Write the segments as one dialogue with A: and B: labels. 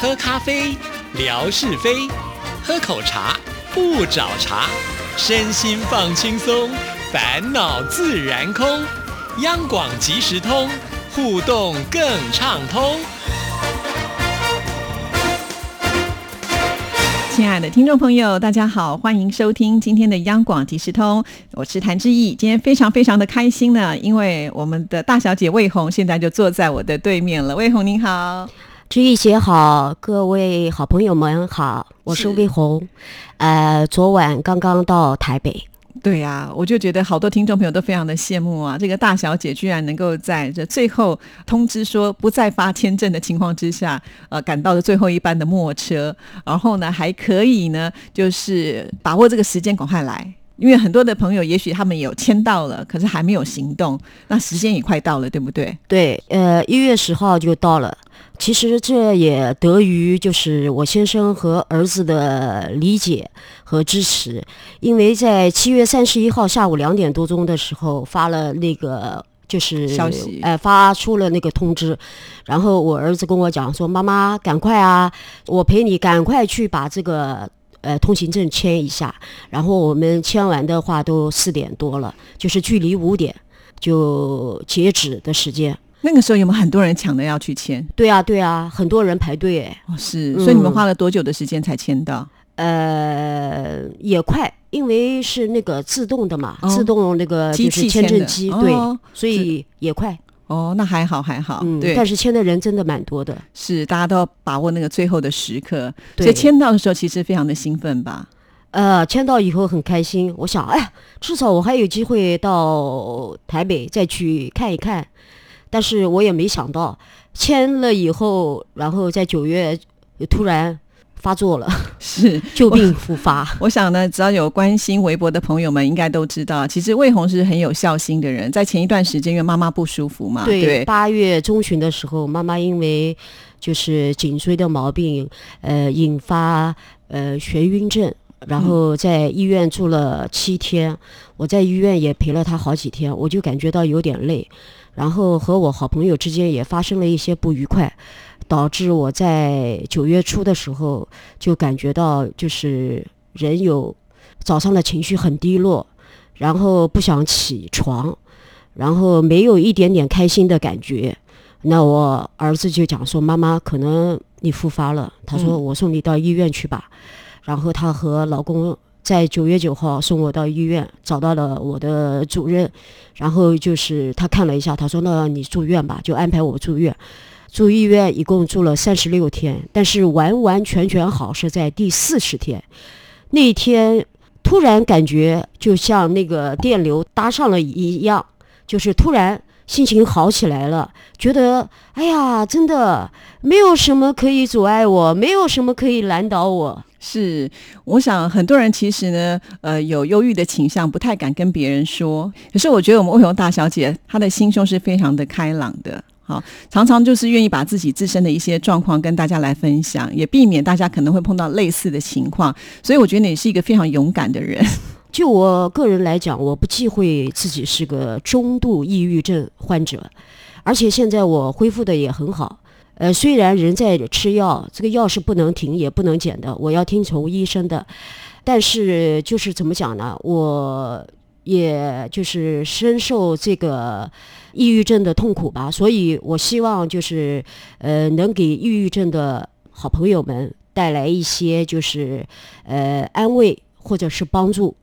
A: 喝咖啡，聊是非；喝口茶，不找茬。身心放轻松，烦恼自然空。央广即时通，互动更畅通。
B: 亲爱的听众朋友，大家好，欢迎收听今天的央广即时通，我是谭志毅。今天非常非常的开心呢，因为我们的大小姐魏红现在就坐在我的对面了。魏红您好，
C: 志毅姐好，各位好朋友们好，我是
B: 是
C: 魏红，呃，昨晚刚刚到台北，
B: 对呀、我就觉得好多听众朋友都非常的羡慕啊，这个大小姐居然能够在这最后通知说不再发签证的情况之下，呃，赶到了最后一班的末车，然后呢还可以呢，就是把握这个时间赶快来。因为很多的朋友，也许他们有签到了，可是还没有行动，那时间也快到了，对不对？
C: 对，呃，一月十号就到了。其实这也得于就是我先生和儿子的理解和支持，因为在七月三十一号下午两点多钟的时候发了那个就是
B: 消息
C: 呃，发出了那个通知，然后我儿子跟我讲说：“妈妈，赶快啊，我陪你赶快去把这个。”呃，通行证签一下，然后我们签完的话都四点多了，就是距离五点就截止的时间。
B: 那个时候有没有很多人抢着要去签？
C: 对啊，对啊，很多人排队哎，
B: 哦，是，
C: 嗯
B: 所以你们花了多久的时间才签到？
C: 呃，也快，因为是那个自动的嘛，
B: 哦
C: 自动那个
B: 机
C: 就
B: 器
C: 是
B: 签
C: 签
B: 的
C: 证机，对，
B: 哦
C: 所以也快，
B: 哦，那还好还好，
C: 嗯，
B: 对，
C: 但是签的人真的蛮多的，
B: 是大家都要把握那个最后的时刻，所
C: 对
B: 以签到的时候其实非常的兴奋 吧？
C: 呃，签到以后很开心，我想，哎，至少我还有机会到台北再去看一看，但是我也没想到，签了以后，然后在九月突然发作了，
B: 是，
C: 旧病复发，
B: 我想呢，只要有关心微博的朋友们，应该都知道，其实魏红是很有孝心的人。在前一段时间，因为妈妈不舒服嘛，
C: 对，八月中旬的时候，妈妈因为就是颈椎的毛病，呃，引发呃眩晕症，然后在医院住了七天，我在医院也陪了她好几天，我就感觉到有点累，然后和我好朋友之间也发生了一些不愉快。导致我在九月初的时候就感觉到，就是人有早上的情绪很低落，然后不想起床，然后没有一点点开心的感觉。那我儿子就讲说：“妈妈，可能你复发了。”他说：“
B: 嗯
C: 我送你到医院去吧。然后她和老公在九月九号送我到医院，找到了我的主任，然后就是他看了一下，他说：“那你住院吧，就安排我住院。”住医院一共住了三十六天，但是完完全全好是在第四十天，那一天突然感觉就像那个电流搭上了一样，就是突然心情好起来了，觉得哎呀，真的没有什么可以阻碍我，没有什么可以拦倒我。
B: 是，我想很多人其实呢，呃，有忧郁的倾向，不太敢跟别人说。可是我觉得我们魏红大小姐她的心胸是非常的开朗的。好，常常就是愿意把自己自身的一些状况跟大家来分享，也避免大家可能会碰到类似的情况。所以我觉得你是一个非常勇敢的人。
C: 就我个人来讲，我不忌讳自己是个中度抑郁症患者，而且现在我恢复的也很好。呃，虽然人在吃药，这个药是不能停也不能减的，我要听从医生的。但是就是怎么讲呢？我也就是深受这个抑郁症的痛苦吧，所以我希望就是呃，能给抑郁症的好朋友们带来一些就是呃安慰或者是帮助。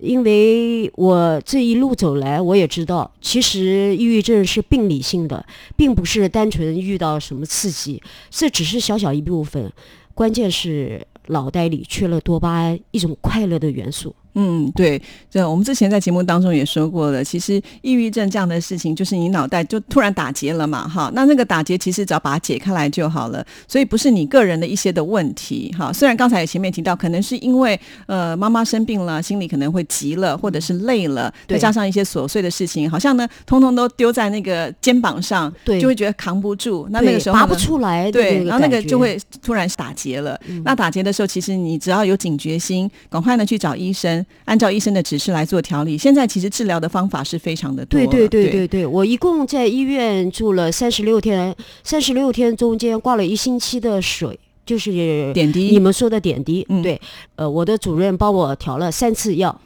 C: 因为我这一路走来，我也知道，其实抑郁症是病理性的，并不是单纯遇到什么刺激，这只是小小一部分。关键是脑袋里缺了多巴胺，一种快乐的元素。
B: 嗯，对，这我们之前在节目当中也说过了，其实抑郁症这样的事情，就是你脑袋就突然打结了嘛，哈，那那个打结其实只要把它解开来就好了，所以不是你个人的一些的问题，哈，虽然刚才也前面提到，可能是因为呃妈妈生病了，心里可能会急了，或者是累了，再
C: 对
B: 加上一些琐碎的事情，好像呢，通通都丢在那个肩膀上，
C: 对
B: 就会觉得扛不住，那
C: 对
B: 那个时候
C: 拔
B: 呢
C: 不出来的
B: 对，
C: 个
B: 然后那个
C: 感觉嗯
B: 就会突然打结了。那打结的时候，其实你只要有警觉心，赶快呢去找医生，按照医生的指示来做调理。现在其实治疗的方法是非常的多
C: 对
B: 了。
C: 对对对对，我一共在医院住了三十六天，三十六天中间挂了一星期的水，就是
B: 点滴
C: 你们说的点滴，
B: 嗯
C: 对，呃，我的主任帮我调了三次药，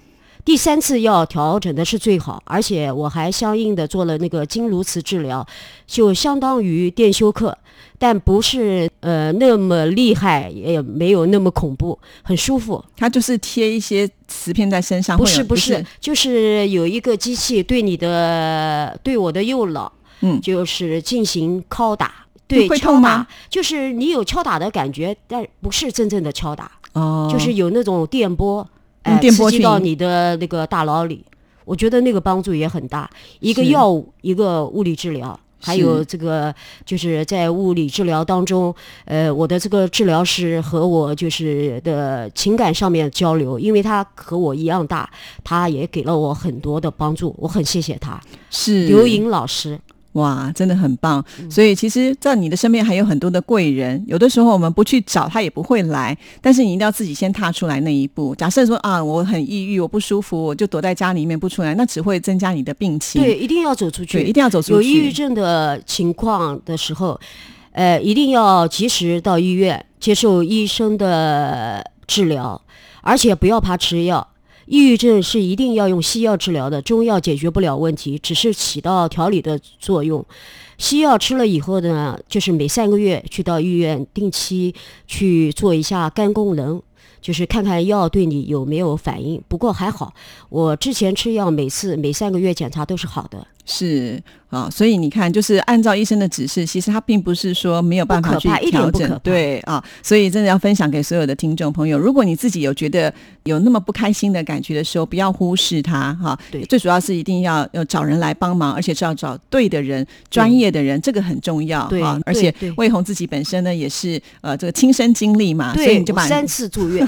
C: 第三次药调整的是最好，而且我还相应的做了那个经颅磁治疗，就相当于电休克，但不是呃那么厉害，也没有那么恐怖，很舒服。
B: 它就是贴一些磁片在身上，
C: 不
B: 啊会有
C: 是不是，就是有一个机器对你的对我的右脑，
B: 嗯
C: 就是进行敲打。对，
B: 会
C: 敲
B: 痛
C: 打
B: 吗？
C: 就是你有敲打的感觉，但不是真正的敲打。
B: 哦，
C: 就是有那种电波，
B: 用
C: 哎、
B: 嗯电波
C: 刺
B: 去
C: 激到
B: 引
C: 你的那个大脑里。我觉得那个帮助也很大，一个
B: 是
C: 药物，一个物理治疗，还
B: 是
C: 有这个就是在物理治疗当中，呃，我的这个治疗师和我就是的情感上面交流，因为他和我一样大，他也给了我很多的帮助，我很谢谢他。
B: 是
C: 刘莹老师，
B: 哇，真的很棒！
C: 嗯
B: 所以其实，在你的身边还有很多的贵人，有的时候我们不去找他也不会来，但是你一定要自己先踏出来那一步。假设说啊，我很抑郁，我不舒服，我就躲在家里面不出来，那只会增加你的病情。
C: 对，一定要走出去，
B: 对，一定要走出去。
C: 有抑郁症的情况的时候，呃，一定要及时到医院接受医生的治疗，而且不要怕吃药。抑郁症是一定要用西药治疗的，中药解决不了问题，只是起到调理的作用。西药吃了以后呢，就是每三个月去到医院定期去做一下肝功能，就是看看药对你有没有反应。不过还好，我之前吃药每次每三个月检查都是好的。
B: 是啊，所以你看，就是按照医生的指示，其实他并不是说没有办法
C: 不
B: 去
C: 可怕一点
B: 调
C: 不可
B: 整
C: 怕，
B: 对啊，所以真的要分享给所有的听众朋友。如果你自己有觉得有那么不开心的感觉的时候，不要忽视它哈、
C: 对
B: 最主要是一定要要找人来帮忙，而且是要找对的人、专业的人，这个很重要
C: 对
B: 啊。
C: 对
B: 而且
C: 对
B: 魏红自己本身呢，也是呃这个亲身经历啊嘛，所以
C: 对，
B: 你就
C: 我
B: 把你，
C: 三次 住院。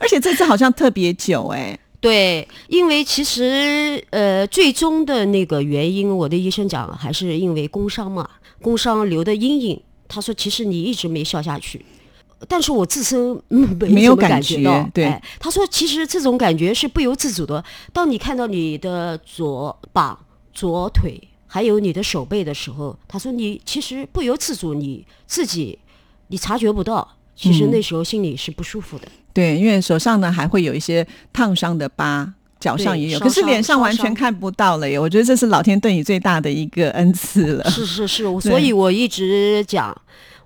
B: 而且这次好像特别久哎、
C: 对，因为其实呃，最终的那个原因，我的医生讲还是因为工伤嘛，工伤留的阴影。他说，其实你一直没笑下去。但是我自身、嗯、没
B: 没有
C: 怎么
B: 感
C: 感
B: 觉
C: 到，
B: 对
C: 哎他说其实这种感觉是不由自主的。当你看到你的左膀、左腿还有你的手背的时候，他说你其实不由自主，你自己你察觉不到，其实
B: 嗯
C: 那时候心里是不舒服的。
B: 对，因为手上呢还会有一些烫伤的疤，脚上
C: 对
B: 也有，
C: 烧
B: 可是脸
C: 伤
B: 上完
C: 烧
B: 全
C: 伤
B: 看不到了耶。我觉得这是老天对你最大的一个恩赐了。
C: 是是是， 我
B: 对
C: 所以我一直讲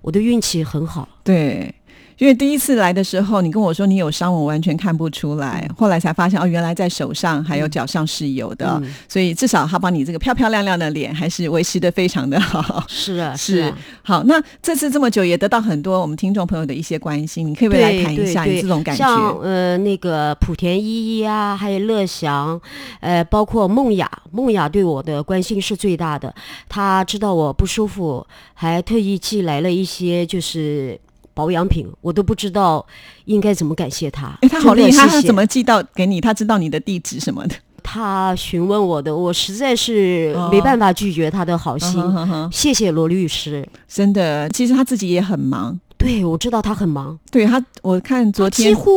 C: 我的运气很好。
B: 对，因为第一次来的时候，你跟我说你有伤，我完全看不出来，
C: 嗯
B: 后来才发现哦，原来在手上还有脚上是有的，
C: 嗯
B: 所以至少他把你这个漂漂亮亮的脸还是维持的非常的好。
C: 是啊，
B: 是
C: 啊，
B: 好，那这次这么久也得到很多我们听众朋友的一些关心，你可以不可以来
C: 对
B: 谈一
C: 对
B: 下你
C: 对，
B: 这种感
C: 像
B: 觉？
C: 呃那个莆田依依啊，还有乐祥，呃，包括梦雅，梦雅对我的关心是最大的。她知道我不舒服，还特意寄来了一些就是保养品，我都不知道应该怎么感谢她。
B: 哎，他好
C: 真的
B: 厉害，
C: 谢
B: 他
C: 谢
B: 怎么寄到给你？他知道你的地址什么的。
C: 她询问我的，我实在是
B: 哦
C: 没办法拒绝她的好心。
B: 嗯哼哼哼
C: 谢谢罗律师。
B: 真的，其实他自己也很忙。
C: 对，我知道他很忙，
B: 对他，我看昨
C: 啊几
B: 天
C: 乎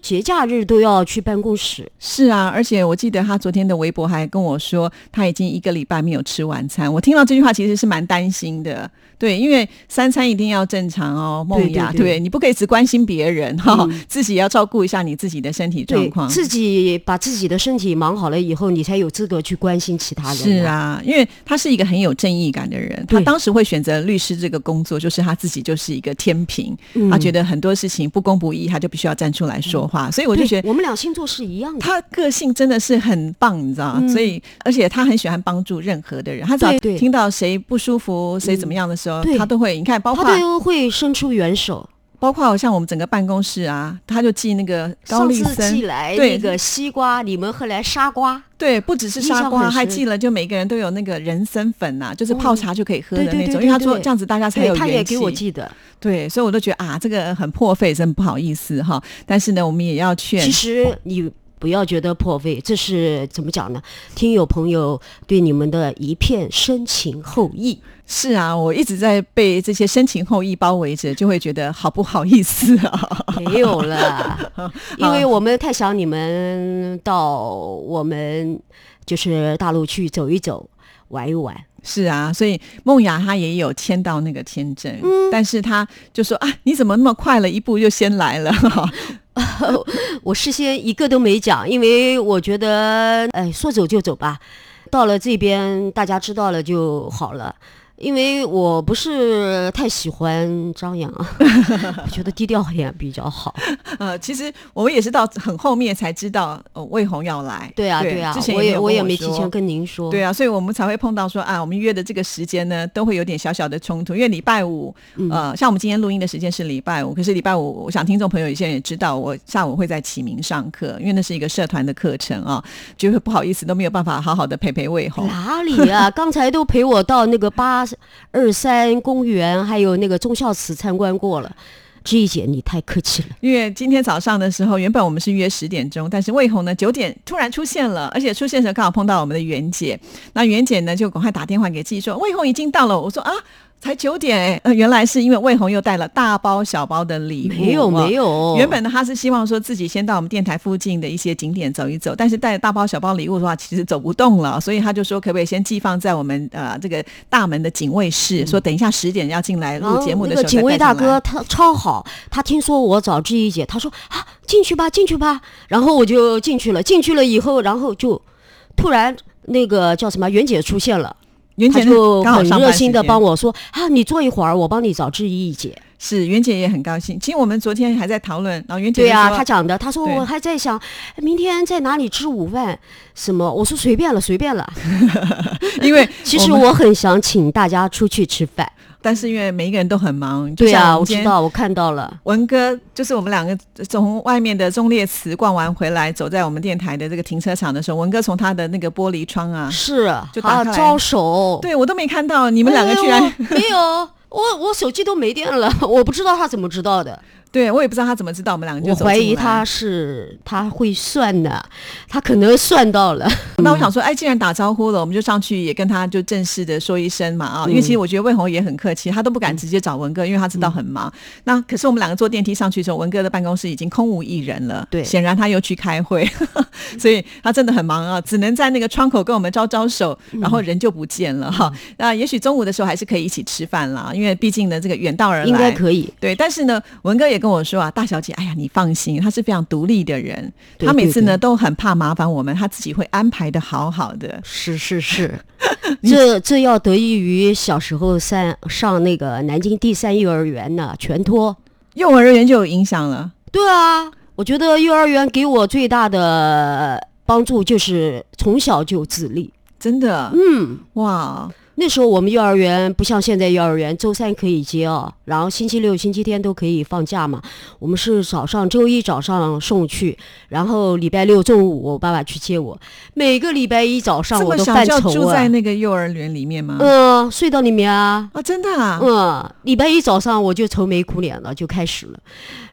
C: 节假日都要去办公室。
B: 是啊，而且我记得他昨天的微博还跟我说，他已经一个礼拜没有吃晚餐。我听到这句话其实是蛮担心的，对，因为三餐一定要正常哦，梦雅，
C: 对对对嗯
B: 你不可以只关心别人哈、自己也要照顾一下你自己的身体状
C: 对
B: 况。
C: 自己把自己的身体忙好了以后，你才有资格去关心其他人、
B: 是，啊，因为他是一个很有正义感的人，他
C: 对
B: 当时会选择律师这个工作，就是他自己就是一个天平，
C: 嗯
B: 他觉得很多事情不公不义，他就必须要站出来说话，所以我就
C: 对
B: 觉得
C: 我们俩星座是一样的。
B: 他个性真的是很棒，你知道吗？
C: 嗯
B: 所以，而且他很喜欢帮助任何的人。他只要
C: 对对嗯
B: 听到谁不舒服、谁怎么样的时候，
C: 对
B: 他都会。你看，包括
C: 他都会伸出援手。
B: 包括像我们整个办公室啊，他就寄那个高
C: 上
B: 丽
C: 次寄
B: 参，
C: 来
B: 对
C: 那个西瓜，你们后来沙瓜，
B: 对，不只是
C: 印
B: 沙
C: 象
B: 瓜，
C: 很
B: 还
C: 深哦
B: 寄了就每个人都有那个人参粉呐、啊就是泡茶就可以喝的
C: 对
B: 那
C: 对
B: 种。
C: 对
B: 因为他
C: 对
B: 说
C: 对
B: 这样子大家才
C: 对，
B: 有
C: 他也
B: 元气
C: 给。我寄的。
B: 对，所以我都觉得啊，这个很破费，真不好意思哈。但是呢，我们也要劝
C: 其。实你不要觉得破费，这是怎么讲呢？听友朋友对你们的一片深情厚谊。
B: 是啊，我一直在被这些深情厚谊包围着，就会觉得好不好意思 啊。
C: 没 有了，因为我们太想你们到我们就是大陆去走一走、玩一玩。
B: 是啊，所以梦雅她也有签到那个签证，
C: 嗯
B: 但是她就说啊，你怎么那么快了，一步就先来了？
C: 我事先一个都没讲，因为我觉得，哎，说走就走吧。到了这边，大家知道了就好了。因为我不是太喜欢张扬， 我觉得低调一点比较好。
B: 呃，其实我们也是到很后面才知道，呃，魏红要来。
C: 对啊，
B: 对
C: 啊
B: 之前，
C: 我
B: 也有
C: 我
B: 跟
C: 也
B: 我
C: 没提
B: 说
C: 前跟您说。
B: 对啊，所以我们才会碰到说啊，我们约的这个时间呢，都会有点小小的冲突。因为礼拜五，呃，像我们今天录音的时间是礼拜五，可是礼拜五，我想听众朋友有些人也知道，我下午会在启明上课，因为那是一个社团的课程啊，就会不好意思都没有办法好好的陪陪魏红。
C: 哪里啊？刚才都陪我到那个八二三公园，还有那个忠孝祠参观过了。志毅姐，你太客气了。
B: 因为今天早上的时候，原本我们是约十点钟，但是魏红呢九点突然出现了，而且出现的时候刚好碰到我们的袁姐，那袁姐呢就赶快打电话给自己说魏红已经到了，我说啊。才九点哎、呃，原来是因为魏红又带了大包小包的礼物，啊
C: 没有哎没有，
B: 原本呢，他是希望说自己先到我们电台附近的一些景点走一走，但是带大包小包礼物的话，其实走不动了，所以他就说可不可以先寄放在我们呃这个大门的警卫室，说等一下十点要进来
C: 然后
B: 录节目的时
C: 那
B: 候
C: 个
B: 再进
C: 警
B: 来。
C: 卫大哥他超好，他听说我找志毅姐，他说啊进去吧进去吧，然后我就进去了。进去了以后，然后就突然那个叫什么袁姐出现了，
B: 袁姐
C: 她就
B: 刚好
C: 很
B: 上
C: 热
B: 班时
C: 心的
B: 间
C: 帮我说啊你坐一会儿，我帮你找志毅姐。
B: 是袁姐也很高兴。其实我们昨天还在讨论，然后袁姐
C: 对啊，
B: 就说
C: 他讲的，他说
B: 对
C: 我还在想哎明天在哪里吃午饭，什么？我说随便了，随 便了。
B: 因为
C: 其实
B: 们
C: 我很想请大家出去吃饭。
B: 但是因为每一个人都很忙，就
C: 对
B: 像
C: 啊，
B: 我
C: 我
B: 们今
C: 知
B: 天
C: 道，我看到了。
B: 文哥就是我们两个从外面的忠烈祠逛完回来，走在我们电台的这个停车场的时候，文哥从他的那个玻璃窗啊，
C: 是，
B: 就打
C: 啊，
B: 开来
C: 招手。
B: 对我都没看到，你们两个居然、
C: 哎呦 没有。我我手机都没电了， 我不知道他怎么知道的。
B: 对我也不知道他怎么知道我们两个就
C: 我
B: 走
C: 怀
B: 进
C: 疑
B: 来
C: 他。是他会算的，他可能算到了。
B: 那我想说，哎，既然打招呼了，我们就上去也跟他就正式的说一声嘛啊，因为其
C: 嗯
B: 实我觉得魏红也很客气，他都不敢直接找文哥，因为他知道很忙。那可是我们两个坐电梯上去的时候，文哥的办公室已经空无一人了，
C: 对嗯
B: 显然他又去开会， 所以他真的很忙啊，只能在那个窗口跟我们招招手，然
C: 嗯
B: 后人就不见了哈。那也许中午的时候还是可以一起吃饭啦，因为毕竟呢，这个远道而来，
C: 应该可以。
B: 对，但是呢，文哥也跟我说啊，大小姐，哎呀，你放心，她是非常独立的人，
C: 对
B: 她每
C: 对
B: 次呢都很怕麻烦我们，她自己会安排的好好的。
C: 是 是是，这这要得益于小时候上上那个南京第三幼儿园呢，全托。
B: 幼儿园就有影响了，
C: 对啊，我觉得幼儿园给我最大的帮助就是从小就自立。
B: 真的，嗯，哇，
C: 那时候我们幼儿园不像现在幼儿园，周三可以接哦，然后星期六、星期天都可以放假嘛。我们是早上周一早上送去，然后礼拜六中午我爸爸去接我，每个礼拜一早上
B: 这
C: 我
B: 么
C: 都
B: 小
C: 犯
B: 就要
C: 愁
B: 住
C: 啊
B: 在。那个幼儿园里面吗？
C: 嗯、睡到里面啊。
B: 啊，真的啊，
C: 嗯，礼拜一早上我就愁眉苦脸了，就开始了，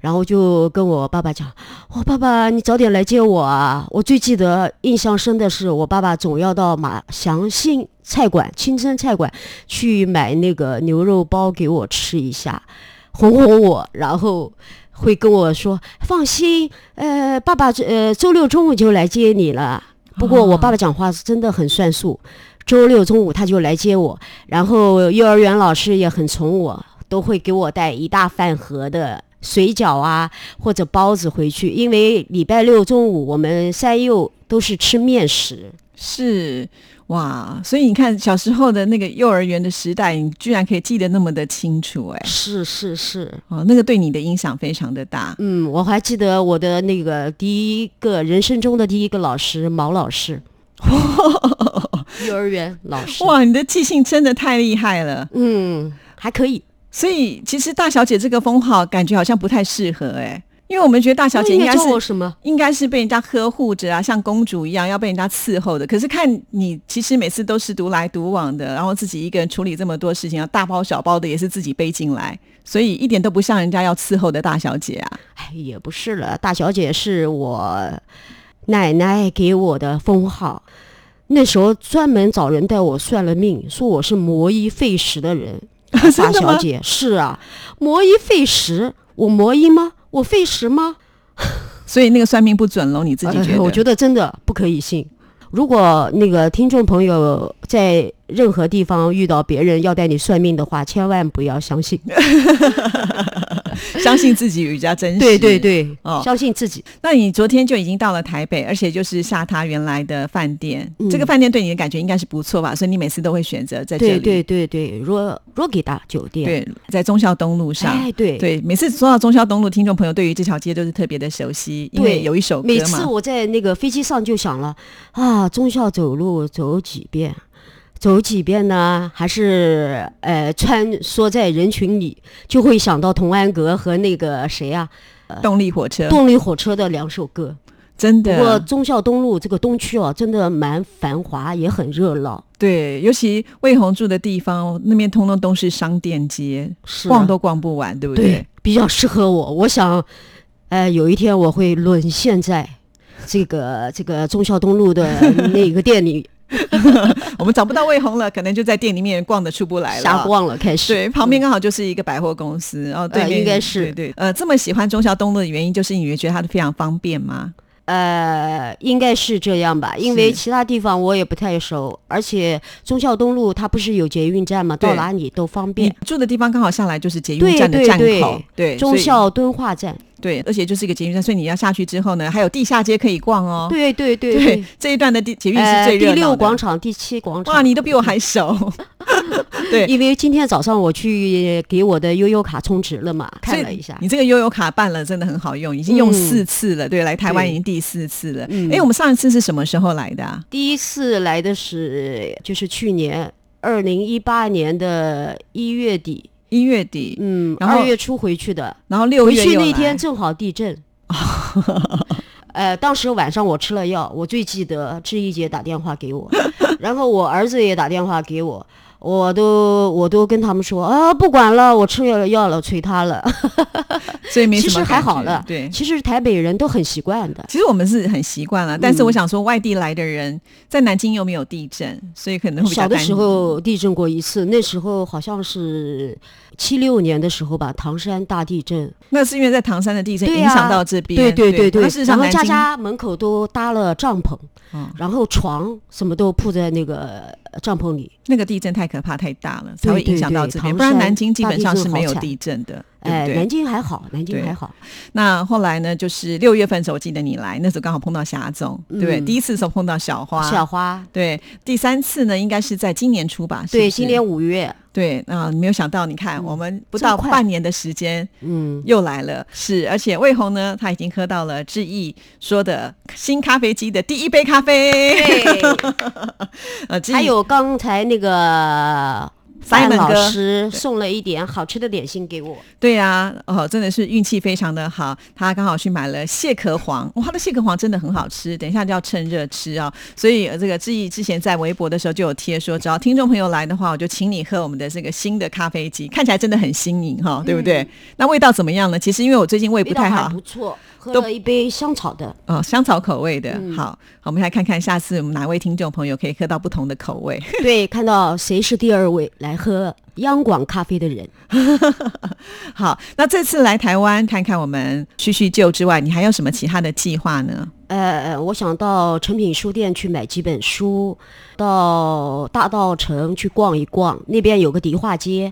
C: 然后就跟我爸爸讲：“我、爸爸，你早点来接我啊！”我最记得印象深的是，我爸爸总要到马祥兴菜馆、清真菜馆去买那个牛肉包给我吃一下，哄哄我，然后会跟我说：“放心，呃，爸爸呃周六中午就来接你了。”不过我爸爸讲话是真的很算数，周六中午他就来接我，然后幼儿园老师也很宠我，都会给我带一大饭盒的水饺啊或者包子回去，因为礼拜六中午我们三幼都是吃面食。
B: 是哇，所以你看小时候的那个幼儿园的时代，你居然可以记得那么的清楚、哎，
C: 是是是，
B: 哦，那个对你的影响非常的大。
C: 嗯，我还记得我的那个第一个人生中的第一个老师毛老师， 幼儿园老师，
B: 哇，你的记性真的太厉害了，
C: 嗯，还可以。
B: 所以其实大小姐这个封号感觉好像不太适合哎、因为我们觉得大小姐
C: 那
B: 应
C: 你
B: 该是
C: 叫我什么？
B: 应该是被人家呵护着啊，像公主一样要被人家伺候的。可是看你其实每次都是独来独往的，然后自己一个人处理这么多事情，要大包小包的也是自己背进来，所以一点都不像人家要伺候的大小姐啊。
C: 哎，也不是了，大小姐是我奶奶给我的封号。那时候专门找人带我算了命，说我是磨一费十的人。啊大
B: 真的
C: 小
B: 吗？
C: 姐是啊，磨一费十，我磨一吗？我费十吗？ 呃
B: 所以那个算命不准喽， 你自己觉得？
C: 哎我觉得真的不可以信。如果那个听众朋友在任何地方遇到别人要带你算命的话，千万不要相信。
B: 相信自己比较真实。
C: 对对。对，
B: 哦
C: 相信自己。
B: 那你昨天就已经到了台北，而且就是下榻原来的饭店，
C: 嗯
B: 这个饭店对你的感觉应该是不错吧？所以你每次都会选择在这
C: 对
B: 里。
C: 对对对，若若给大酒店，
B: 对，在忠孝东路上。
C: 哎对。
B: 对，每次说到忠孝东路，听众朋友对于这条街都是特别的熟悉，因为
C: 对
B: 有一首歌
C: 每次
B: 嘛，
C: 我在那个飞机上就想了啊，忠孝走路走几遍，走几遍呢？还是呃穿梭在人群里，就会想到童安格和那个谁啊，
B: 动力火车，
C: 动力火车的两首歌。
B: 真
C: 不过
B: 的，
C: 忠孝东路这个东区哦，真的蛮繁华，也很热闹。
B: 对，尤其魏红住的地方，那边通通都是商店街，
C: 是啊
B: 逛都逛不完，对不
C: 对，比较适合我。我想，呃，有一天我会沦陷在这个这个忠孝东路的那个店里
B: 我们找不到魏红了，可能就在店里面逛的出不 来了。
C: 瞎逛了，开始。
B: 对，旁边刚好就是一个百货公司，哦，对面
C: 嗯呃应该是
B: 对对。呃，这么喜欢忠孝东路的原因，就是你们觉得它非常方便吗？
C: 呃，应该是这样吧，因为
B: 是
C: 其他地方我也不太熟，而且忠孝东路它不是有捷运站吗？
B: 对
C: 到哪里都方
B: 你
C: 便。
B: 住的地方刚好下来就是捷运
C: 对
B: 站的
C: 对
B: 站
C: 对
B: 口，对，所
C: 忠
B: 以
C: 孝敦化站，
B: 对，而且就是一个捷运站，所以你要下去之后呢，还有地下街可以逛哦。
C: 对对对
B: 对，这一段的地捷运是
C: 呃
B: 最热
C: 第
B: 闹的。
C: 六广场、第七广场。
B: 哇，你都比我还熟。 对，
C: 因为今天早上我去给我的悠悠卡充值了嘛，
B: 所以
C: 看了一下，
B: 你这个悠游卡办了，真的很好用，已经用
C: 嗯
B: 四次了。对，来台湾
C: 对
B: 已经第四次了。
C: 嗯
B: 哎，我们上一次是什么时候来的啊？
C: 第一次来的是就是去年二零一八年的一月底，
B: 一月底，
C: 嗯，
B: 然后
C: 二月初回去的，
B: 然后六
C: 回
B: 月
C: 去
B: 又
C: 那
B: 来
C: 天正好地 震。呃，当时晚上我吃了药，我最记得志毅姐打电话给我， 然后我儿子也打电话给我，我都我都跟他们说啊，不管了，我吃了药了，随他了。
B: 所以没什
C: 其
B: 么
C: 实
B: 感
C: 还好
B: 觉
C: 了，
B: 对。
C: 其实台北人都很习惯的。
B: 其实我们是很习惯
C: 嗯
B: 了，但是我想说，外地来的人在南京又没有地震，所以可能会比较
C: 小的
B: 担
C: 时候地震过一次，那时候好像是七六年的时候吧，唐山大地震。
B: 那是因为在唐山的地震
C: 对
B: 影
C: 啊
B: 响到这边，
C: 对对对
B: 那
C: 对
B: 事实，
C: 然
B: 上
C: 后
B: 南
C: 家
B: 京，
C: 家门口都搭了帐篷，
B: 嗯
C: 然后床什么都铺在那个呃帐篷里。
B: 那个地震太可怕太大了，才
C: 对
B: 会影
C: 对
B: 响到
C: 对
B: 这边，
C: 唐
B: 不然
C: 山
B: 南京基
C: 大
B: 本
C: 地
B: 上
C: 震
B: 是
C: 好
B: 没有
C: 惨
B: 地震的，对
C: 哎，
B: 不
C: 南
B: 对？
C: 京还好，南京
B: 对
C: 还好。
B: 那后来呢，就是六月份时候，我记得你来，那时候刚好碰到霞总，对不对？
C: 嗯
B: 第一次的时候碰到小花，
C: 小花，
B: 对，第三次呢，应该是在今年初吧？是不
C: 对，
B: 是
C: 今年五月，
B: 对啊，没有想到，你看、我们不
C: 这么
B: 到
C: 快
B: 半年的时间，
C: 嗯，
B: 又来了，是，而且魏红呢，他已经喝到了志毅说的新咖啡机的第一杯咖 啡。
C: 对，
B: 呃，志毅
C: 还有刚才那个范
B: Simon
C: 老
B: 哥
C: 师送了一点好吃的点心给我，
B: 对呀、哦，真的是运气非常的好，他刚好去买了蟹壳黄，哇，他的蟹壳黄真的很好吃，等一下就要趁热吃哦。所以呃这个志毅之前在微博的时候就有贴说，只要听众朋友来的话，我就请你喝我们的这个新的咖啡机，看起来真的很新颖哈、对不对？那味道怎么样呢？其实因为我最近胃
C: 嗯味
B: 不
C: 道
B: 太
C: 还
B: 好，
C: 不错，喝
B: 都
C: 了一杯香草的。
B: 哦，香草口味的，
C: 嗯
B: 好，好，我们来看看下次我们哪位听众朋友可以喝到不同的口味。
C: 对，看到谁是第二位来喝央广咖啡的人，
B: 好，那这次来台湾看看我们叙叙旧之外，你还有什么其他的计划呢？
C: 呃，我想到诚品书店去买几本书，到大道城去逛一逛，那边有个迪化街，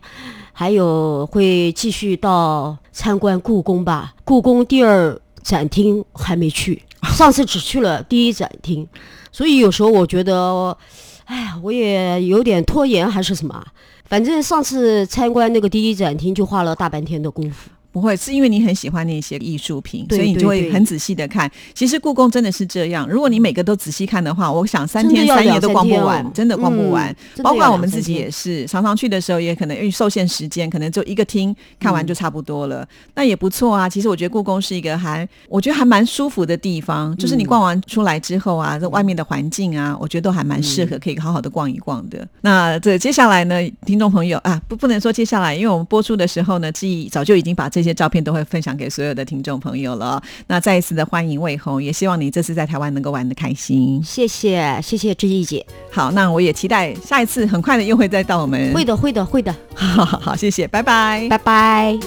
C: 还有会继续到参观故宫吧。故宫第二展厅还没去，上次只去了第一展厅，所以有时候我觉得，哎呀，我也有点拖延还是什么啊，反正上次参观那个第一展厅就花了大半天的功夫。
B: 不会，是因为你很喜欢那些艺术品，
C: 对
B: 所以你
C: 对
B: 就会
C: 对
B: 很仔细的看。其实故宫真的是这样，如果你每个都仔细看的话，我想三
C: 真的
B: 天
C: 要
B: 三夜
C: 两
B: 都
C: 三
B: 逛不
C: 天哦
B: 完，真的逛不
C: 嗯
B: 完。
C: 真的
B: 包
C: 有
B: 括我
C: 两
B: 们
C: 三
B: 自己
C: 天
B: 也是，常常去的时候也可能因为受限时间，可能就一个厅看
C: 嗯
B: 完就差不多了，那也不错啊。其实我觉得故宫是一个还我觉得还蛮舒服的地方，就是
C: 嗯
B: 你逛完出来之后啊，这外面的环境啊，我觉得都还蛮适
C: 嗯
B: 合可以好好的逛一逛的。那这接下来呢，听众朋友啊，不不能说接下来，因为我们播出的时候呢，志毅早就已经把这些照片都会分享给所有的听众朋友了哦。那再一次的欢迎魏红，也希望你这次在台湾能够玩的开心。
C: 谢谢谢谢志毅姐，
B: 好，那我也期待下一次很快的又会再到我们
C: 会的会的会的，
B: 好好好，谢谢，拜拜。
C: 拜拜。